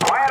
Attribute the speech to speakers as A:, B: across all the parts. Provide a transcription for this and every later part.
A: Quiet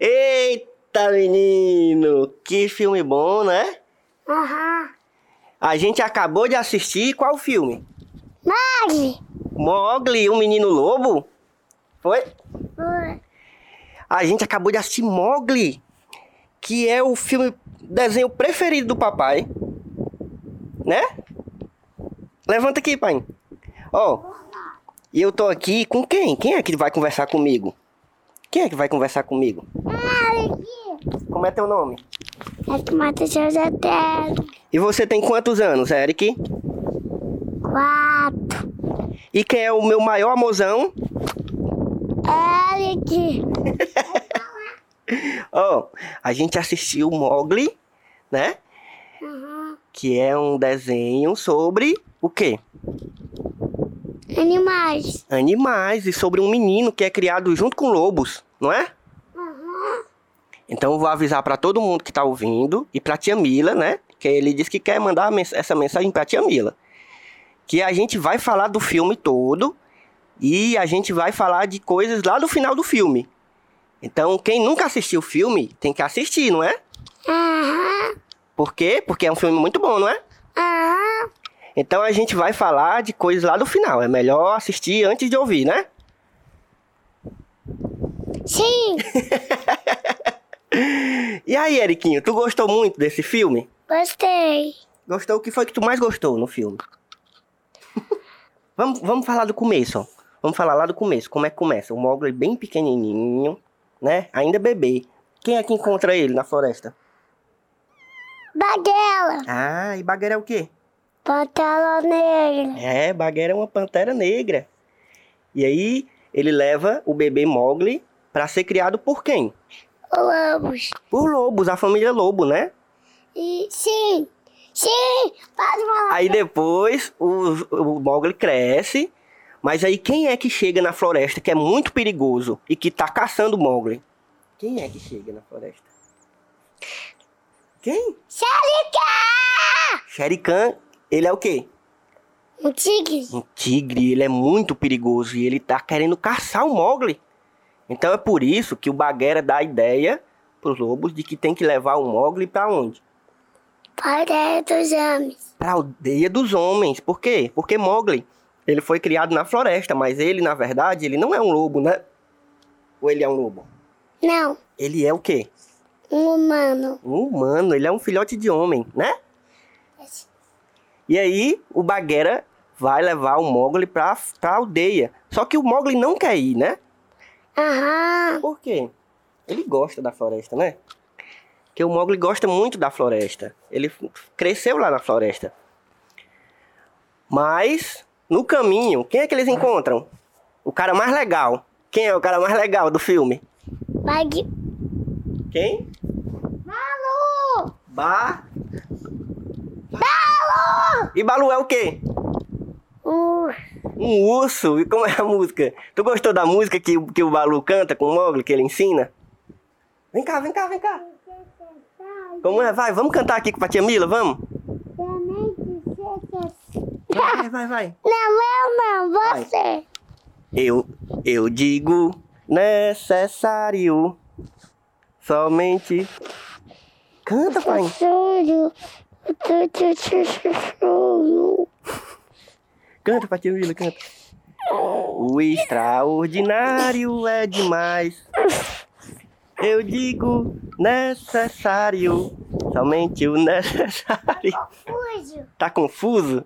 B: Eita, menino! Que filme bom, né?
C: Aham.
B: A gente acabou de assistir qual filme?
C: Magli.
B: Mogli, o Menino Lobo? Foi?
C: Oi.
B: A gente acabou de assistir Mogli, que é o filme, desenho preferido do papai. Né? Levanta aqui, pai. Ó, e eu tô aqui com quem? Quem é que vai conversar comigo? Quem é que vai conversar comigo?
C: Eric.
B: Como é teu nome?
C: É que mata seus eternos.
B: E você tem quantos anos, Eric?
C: Quatro.
B: E quem é o meu maior amorzão?
C: Eric.
B: Ó, a gente assistiu Mogli, né?
C: Aham.
B: Que é um desenho sobre o quê?
C: Animais.
B: Animais e sobre um menino que é criado junto com lobos, não é?
C: Aham.
B: Então eu vou avisar pra todo mundo que tá ouvindo e pra tia Mila, né? Que ele disse que quer mandar mens- essa mensagem pra tia Mila. Que a gente vai falar do filme todo e a gente vai falar de coisas lá do final do filme. Então, quem nunca assistiu o filme tem que assistir, não é?
C: Aham.
B: Por quê? Porque é um filme muito bom, não é?
C: Aham.
B: Então a gente vai falar de coisas lá do final. É melhor assistir antes de ouvir, né?
C: Sim.
B: E aí, Eriquinho, tu gostou muito desse filme?
C: Gostei.
B: Gostou? O que foi que tu mais gostou no filme? vamos, vamos falar do começo, ó. Vamos falar lá do começo. Como é que começa? O Mogli bem pequenininho, né? Ainda bebê. Quem é que encontra ele na floresta?
C: Baguela.
B: Ah, e Bagheera é o quê?
C: Pantalão negra.
B: É, Bagheera é uma pantera negra. E aí, ele leva o bebê Mogli pra ser criado por quem?
C: Lobos.
B: Por lobos, a família lobo, né?
C: E sim. Sim. Pode falar.
B: Aí depois o, o Mogli cresce, mas aí quem é que chega na floresta que é muito perigoso e que tá caçando o Mogli? Quem é que chega na floresta? Quem?
C: Xerica!
B: Shere Khan, ele é o quê?
C: Um tigre.
B: Um tigre, ele é muito perigoso e ele tá querendo caçar o Mogli. Então é por isso que o Bagheera dá a ideia pros lobos de que tem que levar o Mogli pra onde?
C: Poder dos homens.
B: Pra aldeia dos homens. Por quê? Porque Mogli, ele foi criado na floresta, mas ele, na verdade, ele não é um lobo, né? Ou ele é um lobo?
C: Não.
B: Ele é o quê?
C: Um humano.
B: Um humano, ele é um filhote de homem, né? E aí, o Bagheera vai levar o Mogli pra, pra aldeia. Só que o Mogli não quer ir, né?
C: Aham.
B: Por quê? Ele gosta da floresta, né? Porque o Mogli gosta muito da floresta. Ele f- cresceu lá na floresta. Mas, no caminho, quem é que eles encontram? O cara mais legal. Quem é o cara mais legal do filme?
C: Bague...
B: Quem?
C: Malu!
B: Ba... Balu! E Balu é o quê?
C: O...
B: Um urso. E como é a música? Tu gostou da música que, o- que o Balu canta com o Mogli, que ele ensina? Vem cá, vem cá, vem cá. Como é? Vai, vamos cantar aqui com a tia Mila, vamos? Vai, vai, vai.
C: Não, eu não, você.
B: Eu, eu digo necessário. Somente. Canta, pai.
C: Tesouro. O teu tesouro.
B: Canta, Pai Mila, canta. O extraordinário é demais. Eu digo necessário. Somente o necessário.
C: Cujo.
B: Tá confuso?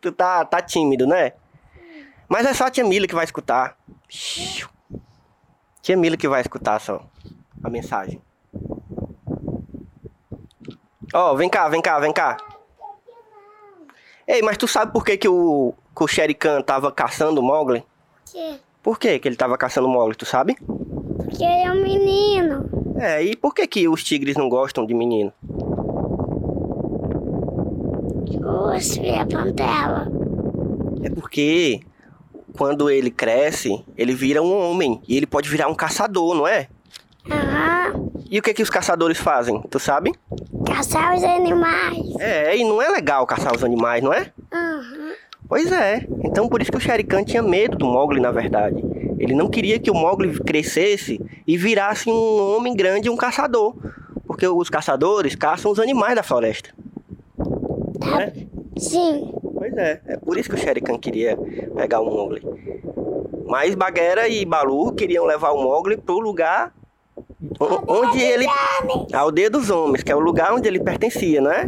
B: tu tá, tá tímido, né? Mas é só a tia Mila que vai escutar. Tia Mila que vai escutar só a mensagem. Ó, vem cá, vem cá, vem cá. Ei, mas tu sabe por que, que o, que o Shere Khan tava caçando o Mogli?
C: Que?
B: Por que, que ele tava caçando o Mogli, tu sabe?
C: Porque ele é um menino.
B: É, e por que, que os tigres não gostam de menino?
C: Oxe, é pantela.
B: É porque quando ele cresce, ele vira um homem. E ele pode virar um caçador, não é?
C: Aham.
B: E o que, que os caçadores fazem? Tu sabe?
C: Caçar os animais.
B: É, e não é legal caçar os animais, não é?
C: Aham.
B: Pois é. Então por isso que o Shere Khan tinha medo do Mogli, na verdade. Ele não queria que o Mogli crescesse e virasse um homem grande e um caçador. Porque os caçadores caçam os animais da floresta.
C: Tá.
B: É?
C: Sim.
B: Pois é, é por isso que o Shere Khan queria pegar o Mogli. Mas Bagheera e Balu queriam levar o Mogli pro lugar o- onde ele. A aldeia dos homens, que é o lugar onde ele pertencia, não é?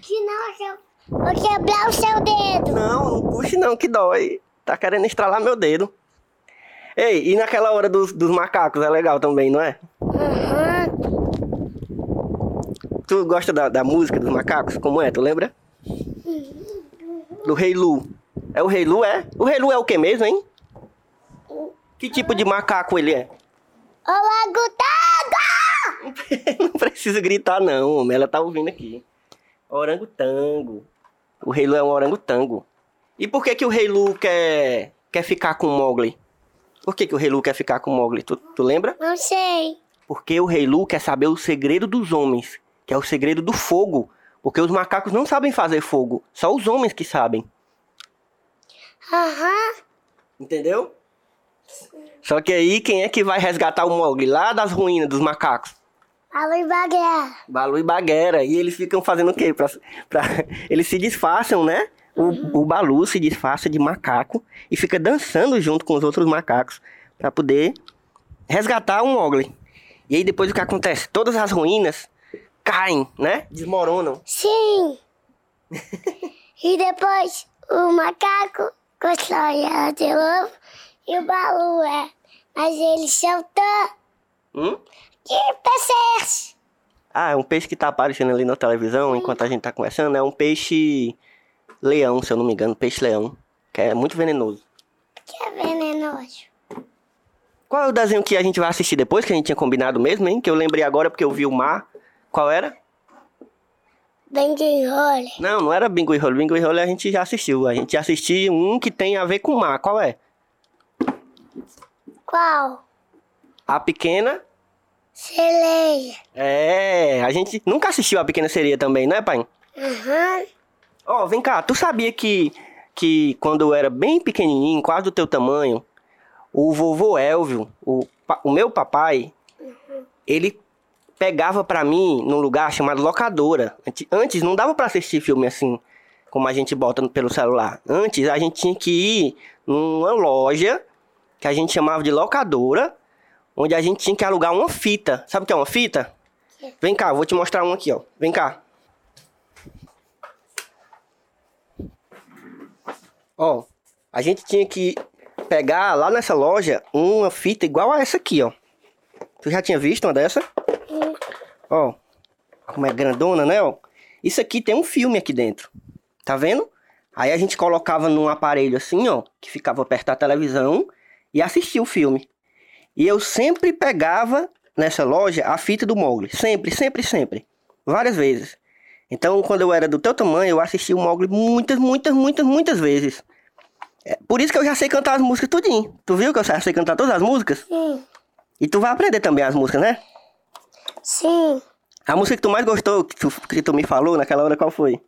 C: Que não, eu vou quebrar o seu dedo.
B: Não, não puxe não, que dói. Tá querendo estralar meu dedo. Ei, e naquela hora dos, dos macacos é legal também, não é?
C: Aham.
B: Tu gosta da, da música dos macacos? Como é? Tu lembra? Do Rei Lu. É o Rei Lu, é? O Rei Lu é o que mesmo, hein? Que tipo de macaco ele é?
C: Ô, Agutado!
B: não preciso gritar, não, homem. Ela tá ouvindo aqui. Orangotango. O Rei Lu é um orangotango. E por que que o Rei Lu quer, quer ficar com o Mogli? Por que que o Rei Lu quer ficar com o Mogli? Tu, tu lembra?
C: Não sei.
B: Porque o Rei Lu quer saber o segredo dos homens, que é o segredo do fogo. Porque os macacos não sabem fazer fogo, só os homens que sabem.
C: Aham.
B: Entendeu? Só que aí, quem é que vai resgatar o Mogli lá das ruínas dos macacos?
C: Alô, Baguera.
B: Balu e Baguera. E eles ficam fazendo o quê? Pra, pra- eles se disfarçam, né? O, o Balu se disfarça de macaco e fica dançando junto com os outros macacos pra poder resgatar o Mogli. E aí depois o que acontece? Todas as ruínas caem, né? Desmoronam.
C: Sim. e depois o macaco constrói ela de novo e o baú é. Mas ele soltou.
B: Hum?
C: Que peixes!
B: Ah, é um peixe que tá aparecendo ali na televisão enquanto a gente tá conversando. É um peixe leão, se eu não me engano. Peixe leão. Que é muito venenoso.
C: Que é venenoso.
B: Qual é o desenho que a gente vai assistir depois, que a gente tinha combinado mesmo, hein? Que eu lembrei agora porque eu vi o mar. Qual era?
C: Bem de enrole.
B: Não, não era Bingo e Rolo. Bingo e Rolo a gente já assistiu. A gente assistiu um que tem a ver com o mar. Qual é?
C: Qual?
B: A Pequena.
C: Celeia.
B: É, a gente nunca assistiu a Pequena Sereia também, né, pai?
C: Aham.
B: Ó, vem cá, tu sabia que, que quando eu era bem pequenininho, quase do teu tamanho, o vovô Elvio, o, pa- o meu papai, ele pegava pra mim num lugar chamado locadora. Ante- Antes não dava pra assistir filme assim, como a gente bota no- pelo celular. Antes a gente tinha que ir numa loja que a gente chamava de locadora, onde a gente tinha que alugar uma fita. Sabe o que é uma fita? Vem cá, eu vou te mostrar uma aqui, ó. Vem cá. Ó, a gente tinha que pegar lá nessa loja uma fita igual a essa aqui, ó. Tu já tinha visto uma dessa? Ó, como é grandona, né, ó? Isso aqui tem um filme aqui dentro. Tá vendo? Aí a gente colocava num aparelho assim, ó, que ficava perto da televisão e assistia o filme. E eu sempre pegava nessa loja a fita do Mogli. Sempre, sempre, sempre. Várias vezes. Então, quando eu era do teu tamanho, eu assisti o Mogli muitas, muitas, muitas, muitas vezes. É, por isso que eu já sei cantar as músicas tudinho. Tu viu que eu já sei cantar todas as músicas?
C: Sim.
B: E tu vai aprender também as músicas, né?
C: Sim.
B: A música que tu mais gostou, que tu, que tu me falou naquela hora, qual foi?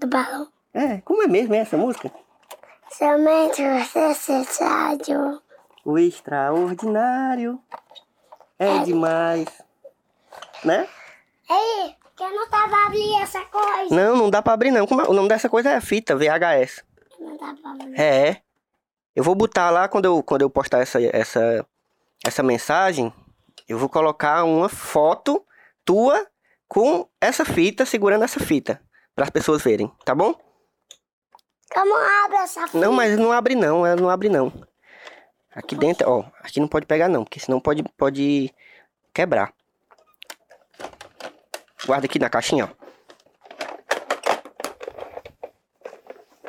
C: Do balão.
B: É, como é mesmo essa música?
C: Somente você se sabe.
B: O extraordinário é demais. Né?
C: Ei, que eu não tava abrindo essa coisa.
B: Não, não dá pra abrir não. Como é- O nome dessa coisa é fita VHS.
C: Não dá pra abrir.
B: É. Eu vou botar lá quando eu, quando eu postar essa, essa, essa mensagem. Eu vou colocar uma foto tua com essa fita, segurando essa fita. Para as pessoas verem, tá bom?
C: Como abre essa fita?
B: Não, mas não abre não, ela não abre não. Aqui dentro, ó, aqui não pode pegar não, porque senão pode, pode quebrar. Guarda aqui na caixinha, ó.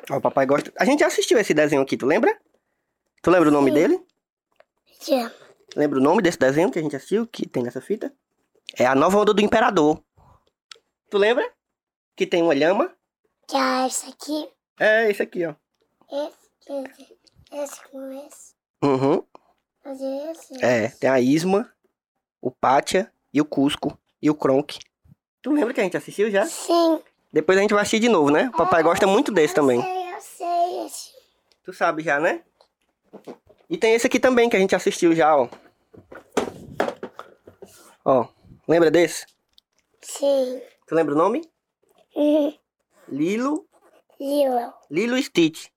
B: Ó, o papai gosta. A gente já assistiu esse desenho aqui, tu lembra? Tu lembra o nome
C: Sim.
B: dele?
C: Tia,
B: Lembra o nome desse desenho que a gente assistiu, que tem nessa fita? É a nova onda do imperador. Tu lembra? Que tem uma lhama?
C: Que é esse aqui,
B: É esse aqui, ó.
C: esse, esse, esse com esse,
B: Uhum.
C: fazer esse.
B: É, tem a Isma, o Pátia e o Cusco e o Kronk. Tu lembra que a gente assistiu já?
C: Sim.
B: Depois a gente vai assistir de novo, né? O papai gosta muito desse
C: eu
B: também.
C: sei, eu sei esse.
B: Tu sabe já, né? E tem esse aqui também que a gente assistiu já, ó. Ó, lembra desse?
C: Sim.
B: Tu lembra o nome?
C: Hum,
B: Lilo,
C: Lilo.
B: Lilo e Stitch.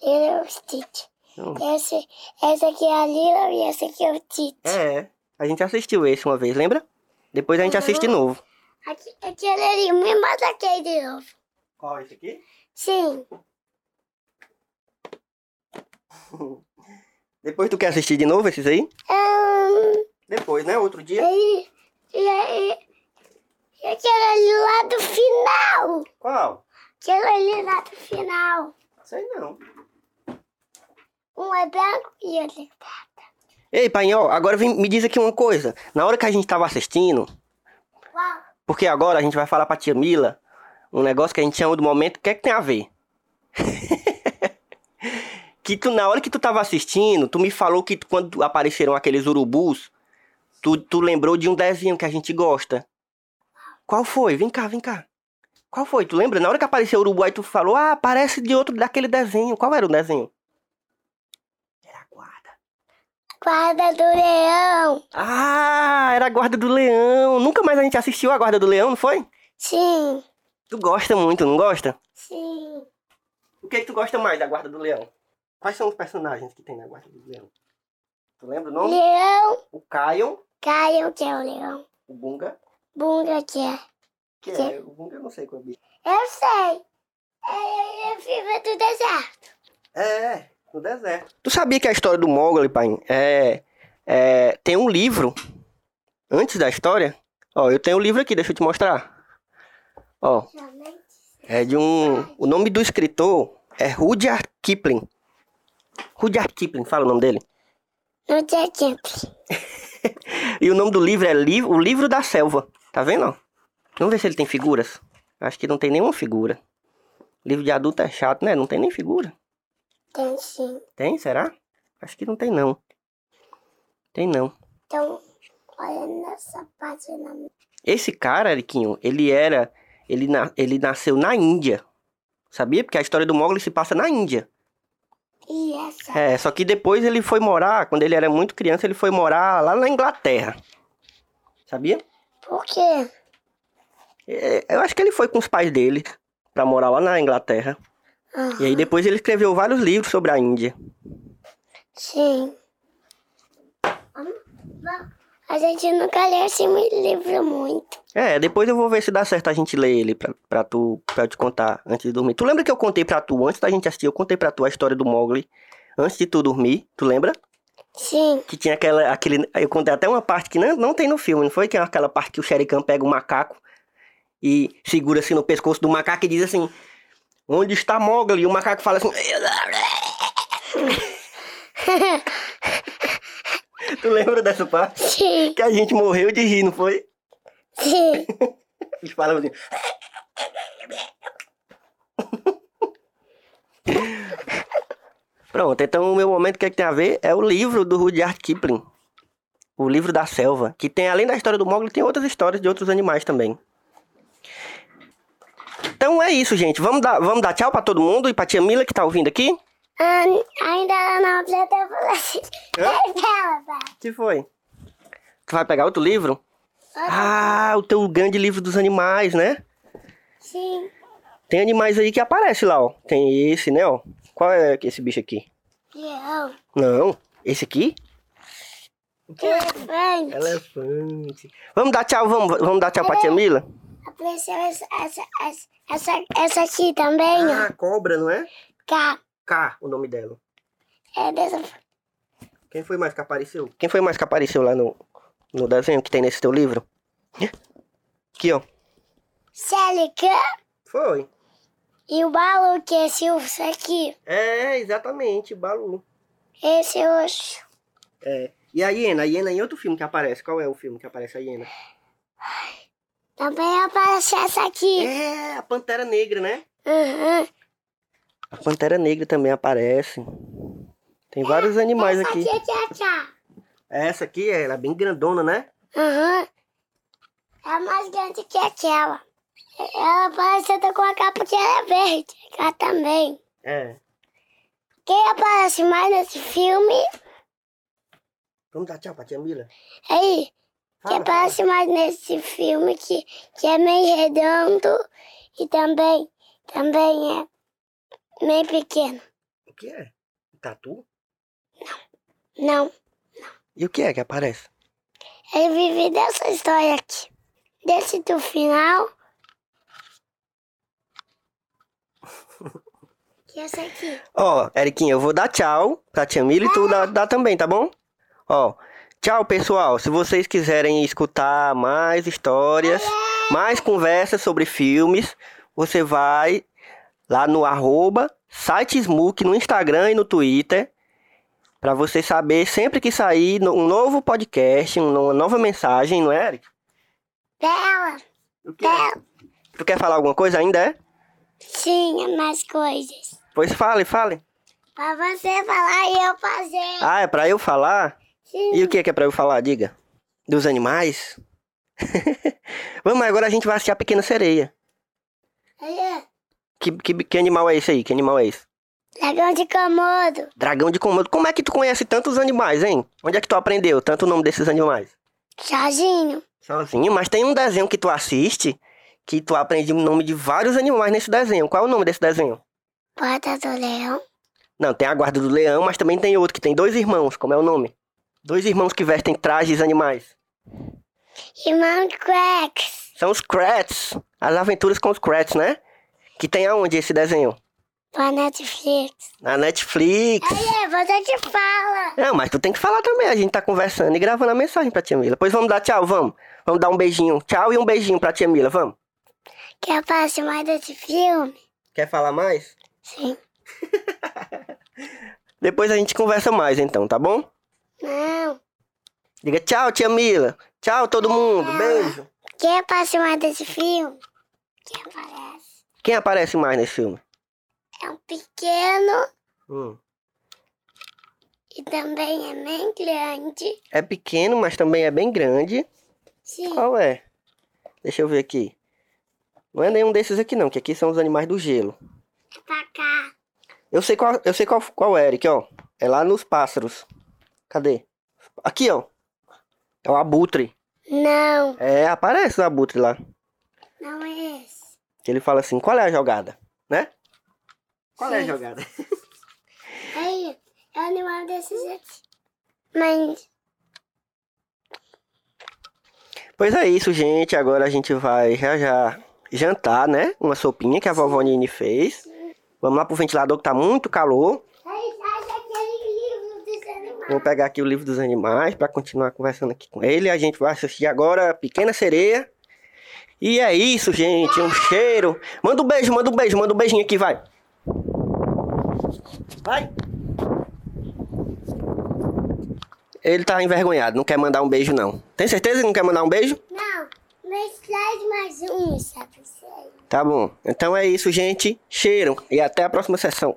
C: Lilo é Stitch.
B: Hum.
C: Esse, esse aqui é a Lilo e esse aqui é o Stitch.
B: É, a gente assistiu esse uma vez, lembra? Depois a gente assiste de novo.
C: Aqui, aquele ali, me mata aquele de novo.
B: Qual é esse aqui?
C: Sim.
B: Depois tu quer assistir de novo esses aí?
C: Ahn,
B: Depois, né? Outro dia.
C: aí, e aí, e aquele ali lá do final.
B: Qual?
C: Aquele ali lá do final.
B: Sei não.
C: Um é branco e outro é
B: Ei, Painhol, agora vem- me diz aqui uma coisa. Na hora que a gente tava assistindo,
C: Uau.
B: porque agora a gente vai falar pra tia Mila um negócio que a gente chama do momento, o que é que tem a ver? que tu, na hora que tu tava assistindo, tu me falou que tu- quando apareceram aqueles urubus, tu, tu lembrou de um desenho que a gente gosta. Qual foi? Vem cá, vem cá. Qual foi? Tu lembra? Na hora que apareceu o urubu, aí tu falou, ah, parece de outro daquele desenho. Qual era o desenho? Era a guarda.
C: Guarda do leão.
B: Ah, era a Guarda do Leão. Nunca mais a gente assistiu a Guarda do Leão, não foi?
C: Sim.
B: Tu gosta muito, não gosta?
C: Sim.
B: O que, é que tu gosta mais da Guarda do Leão? Quais são os personagens que tem na Guarda do Leão? Tu lembra o nome?
C: Leão.
B: O Caio,
C: Caio que é o leão.
B: o Bunga.
C: Bunga que é.
B: Que é? O Bunga eu não sei qual é o bicho.
C: Eu sei. É, é, é viva do deserto.
B: É, no deserto. Tu sabia que a história do Mogli, pai, é, é- Tem um livro antes da história? Ó, eu tenho o livro aqui, deixa eu te mostrar. Ó,
C: Realmente.
B: É de um. O nome do escritor é Rudyard Kipling. Rudyard Kipling, fala o nome dele.
C: Não tinha quente.
B: E o nome do livro é Liv- O Livro da Selva. Tá vendo? ó? Vamos ver se ele tem figuras. Acho que não tem nenhuma figura. Livro de adulto é chato, né? Não tem nem figura.
C: Tem sim.
B: Tem, será? Acho que não tem, não. Tem, não.
C: Então, olha nessa página.
B: Esse cara, Eriquinho, ele era. Ele, na- ele nasceu na Índia. Sabia? Porque a história do Mogli se passa na Índia.
C: E essa.
B: É, só que depois ele foi morar, quando ele era muito criança, ele foi morar lá na Inglaterra. Sabia?
C: Por quê?
B: É, Eu acho que ele foi com os pais dele pra morar lá na Inglaterra. E aí depois ele escreveu vários livros sobre a Índia.
C: Sim. A gente nunca leu esse livro muito.
B: É, depois eu vou ver se dá certo a gente ler ele pra, pra tu, pra eu te contar antes de dormir. Tu lembra que eu contei pra tu, antes da gente assistir, eu contei pra tu a história do Mowgli antes de tu dormir? Tu lembra?
C: Sim.
B: Que tinha aquela, aquele. Eu contei até uma parte que não, não tem no filme, não foi? Que é aquela parte que o Sherikan pega o macaco e segura assim no pescoço do macaco e diz assim: Onde está Mogli? E o macaco fala assim. tu lembra dessa parte?
C: Sim.
B: Que a gente morreu de rir, não foi?
C: Sim.
B: Eles falam assim. Pronto, então o meu momento o que, é que tem a ver é o livro do Rudyard Kipling. O livro da selva. Que tem, além da história do Mogli, tem outras histórias de outros animais também. Então é isso, gente. Vamos dar, vamos dar tchau pra todo mundo e pra tia Mila que tá ouvindo aqui?
C: Ahn, ainda ela não aprendeu a falar assim. É dela, pai.
B: que foi? Tu vai pegar outro livro? Ah, o teu grande livro dos animais, né?
C: Sim.
B: Tem animais aí que aparece lá, ó. Tem esse, né, ó. Qual é esse bicho aqui?
C: Leão.
B: Não, esse aqui?
C: Elefante.
B: Elefante. Vamos dar tchau, vamos, vamos dar tchau pra tia Mila?
C: Apareceu essa, essa, essa, essa, essa aqui também, ó.
B: Ah, cobra, não é?
C: Cá.
B: K, o nome dela.
C: É dessa.
B: Quem foi mais que apareceu? Quem foi mais que apareceu lá no, no desenho que tem nesse teu livro? Aqui, ó.
C: Célica
B: Foi.
C: e o Balu, que é esse urso aqui.
B: É, exatamente, Balu.
C: Esse urso.
B: É. E a hiena? A hiena é em outro filme que aparece. Qual é o filme que aparece a hiena?
C: Também aparece essa aqui.
B: É, a Pantera Negra, né?
C: Aham.
B: A Pantera Negra também aparece. Tem vários animais
C: Essa
B: aqui.
C: aqui é Tchá Tchá.
B: Essa aqui, ela é bem grandona, né?
C: Aham. É a mais grande que aquela. Ela parece até com a capa que ela é verde. Ela também.
B: É.
C: Quem aparece mais nesse filme?
B: Vamos dar tchau pra tia Mila?
C: Aí, quem
B: Fala,
C: aparece mais nesse filme que, que é meio redondo e também, também é meio pequeno.
B: O que é? Tatu?
C: Não.
B: E o que é que aparece?
C: Eu vivi dessa história aqui. Desse do final. Que é essa aqui.
B: Ó, Eriquinha, eu vou dar tchau pra Tia Mila e tu dá, dá também, tá bom? Ó, tchau, pessoal. Se vocês quiserem escutar mais histórias, mais conversas sobre filmes, você vai lá no arroba sitesmook no Instagram e no Twitter pra você saber sempre que sair no- um novo podcast, um- uma nova mensagem, não é, Eric?
C: Bela, bela.
B: Tu quer falar alguma coisa ainda, é?
C: Tinha mais coisas.
B: Pois fale, fale.
C: Pra você falar e eu fazer.
B: Ah, é pra eu falar?
C: Sim.
B: E o que é, que é pra eu falar, diga? Dos animais? Vamos, agora a gente vai assistir a Pequena Sereia.
C: Olha,
B: Que, que, que animal é esse aí? Que animal é esse?
C: Dragão de Komodo.
B: Dragão de Komodo. Como é que tu conhece tantos animais, hein? Onde é que tu aprendeu tanto o nome desses animais?
C: Sozinho.
B: Sozinho, mas tem um desenho que tu assiste que tu aprende o nome de vários animais nesse desenho. Qual é o nome desse desenho?
C: Porta do Leão.
B: Não, tem a Guarda do Leão, mas também tem outro que tem dois irmãos. Como é o nome? Dois irmãos que vestem trajes animais.
C: E Mount Cracks.
B: São os Kratts. As aventuras com os Kratts, né? Que tem aonde esse desenho?
C: Pra Netflix.
B: Na Netflix.
C: Olha, é, você que fala.
B: Não, mas tu tem que falar também. A gente tá conversando e gravando a mensagem pra tia Mila. Pois vamos dar tchau, vamos. Vamos dar um beijinho. Tchau e um beijinho pra tia Mila, vamos.
C: Quer aparecer mais desse é filme?
B: Quer falar mais?
C: Sim.
B: Depois a gente conversa mais então, tá bom?
C: Não.
B: Diga tchau, tia Mila. Tchau, todo mundo. Beijo.
C: Quem aparece mais desse filme? Quem aparece?
B: Quem aparece mais nesse filme?
C: É um pequeno
B: Hum.
C: e também é bem grande.
B: É pequeno, mas também é bem grande.
C: Sim.
B: Qual é? Deixa eu ver aqui. Não é nenhum desses aqui não, que aqui são os animais do gelo.
C: É pra cá.
B: Eu sei qual, eu sei qual, qual é, Eric, ó. É lá nos pássaros. Cadê? Aqui, ó. É o abutre.
C: Não.
B: É, aparece o abutre lá.
C: Não é esse.
B: Que ele fala assim, qual é a jogada? Né? Qual é a
C: Sim.
B: jogada?
C: Aí, é o animal desses aqui. Mas
B: Pois é isso, gente. Agora a gente vai já já jantar, né? Uma sopinha que a vovó Nini fez. Vamos lá pro ventilador que tá muito calor.
C: aí faz aquele é livro dos animais.
B: Vou pegar aqui o livro dos animais para continuar conversando aqui com ele. A gente vai assistir agora Pequena Sereia. E é isso, gente. Um cheiro. Manda um beijo, manda um beijo, manda um beijinho aqui, vai. Vai. Ele tá envergonhado, não quer mandar um beijo, não. Tem certeza que não quer mandar um beijo?
C: Não, mas traz mais um, sabe? Isso aí.
B: Tá bom. Então é isso, gente. Cheiro. E até a próxima sessão.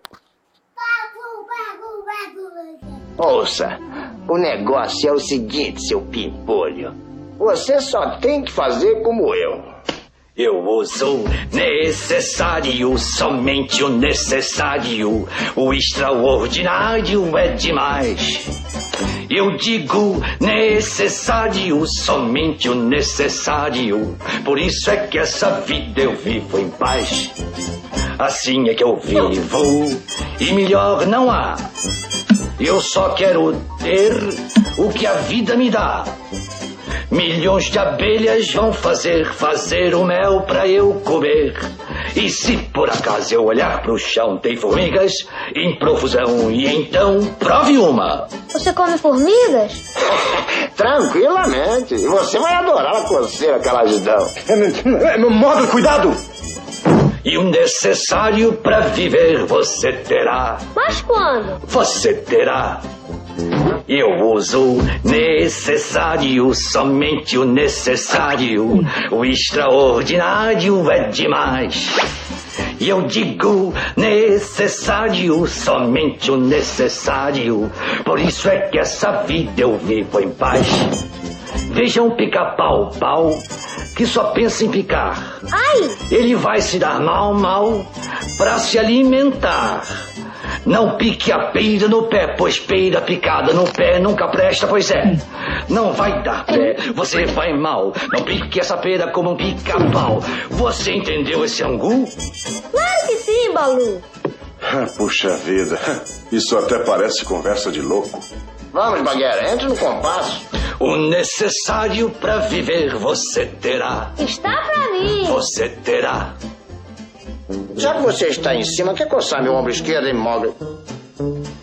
C: Babu, babu, babu, babu.
D: Ouça, o negócio é o seguinte, seu pimpolho. Você só tem que fazer como eu. Eu uso necessário, somente o necessário. O extraordinário é demais. Eu digo necessário, somente o necessário. Por isso é que essa vida eu vivo em paz. Assim é que eu vivo, e melhor não há. Eu só quero ter o que a vida me dá. Milhões de abelhas vão fazer, fazer o mel pra eu comer. E se por acaso eu olhar pro chão, tem formigas em profusão. E então, prove uma.
C: Você come formigas?
E: Tranquilamente. E você vai adorar a coceira que elas dão.
D: É, Modo cuidado! E o necessário pra viver você terá.
C: Mas quando?
D: você terá. Eu uso necessário, somente o necessário. O extraordinário é demais. E eu digo necessário, somente o necessário. Por isso é que essa vida eu vivo em paz. Vejam pica-pau, pau, que só pensa em picar.
C: Ai!
D: Ele vai se dar mal, mal, pra se alimentar. Não pique a peida no pé, pois peida picada no pé nunca presta, pois é. Não vai dar pé, você vai mal. Não pique essa peida como um pica-pau. Você entendeu esse angu?
C: Claro que sim, Balu!
F: Puxa vida, isso até parece conversa de louco.
E: Vamos, Bagueira, entre no compasso.
D: O necessário pra viver você terá.
C: Está pra mim!
D: Você terá.
E: Já que você está em cima, quer coçar meu ombro esquerdo, hein, Mogli?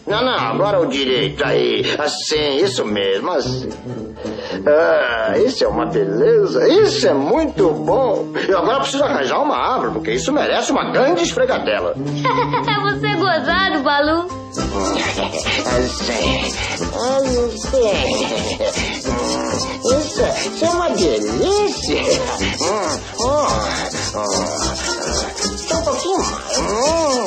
E: Não, não, agora o direito aí. Assim, isso mesmo, assim. Ah, isso é uma beleza, isso é muito bom. Eu agora preciso arranjar uma árvore, porque isso merece uma grande esfregadela.
C: você é gozado, Balu!
E: Assim, assim. Isso, isso é uma delícia. Hum, hum, hum. Só um pouquinho. Hum.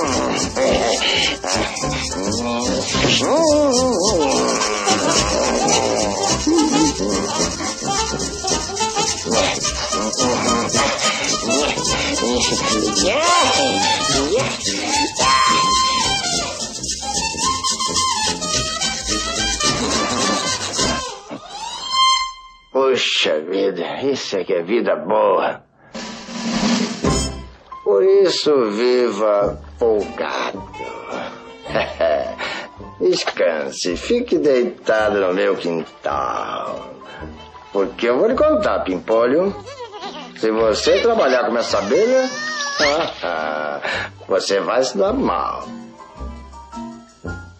E: Hum. Puxa vida, isso é que é vida boa. Por isso, viva folgado. Descanse, fique deitado no meu quintal. Porque eu vou lhe contar, Pimpolho. Se você trabalhar com essa abelha, você vai se dar mal.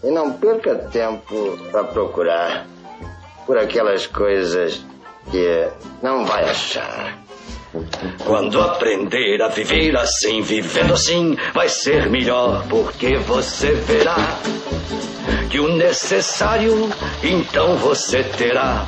E: E não perca tempo para procurar por aquelas coisas que não vai achar.
D: Quando aprender a viver assim, vivendo assim, vai ser melhor, porque você verá que o necessário então você terá.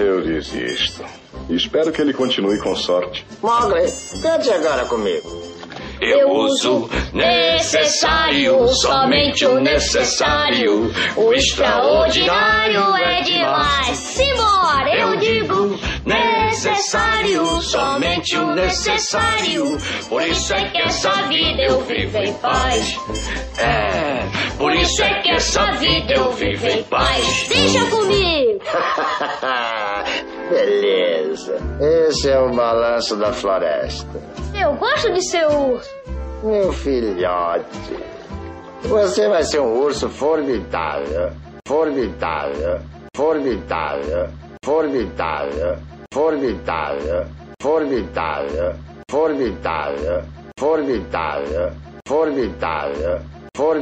F: Eu desisto. Espero que ele continue com sorte.
E: Mogli, cante agora comigo.
D: Eu uso necessário, somente o necessário. O extraordinário é demais.
C: Simbora,
D: Eu digo necessário, somente o necessário. Por isso é que essa vida eu vivo em paz. É, por isso é que essa vida eu vivo em paz.
C: Deixa comigo!
E: Beleza. Esse é o balanço da floresta.
C: Eu gosto de ser urso.
E: Meu filhote, você vai ser um urso formidável. Formidável, formidável, formidável, formidável, formidável, formidável, formidável, formidável, formidável.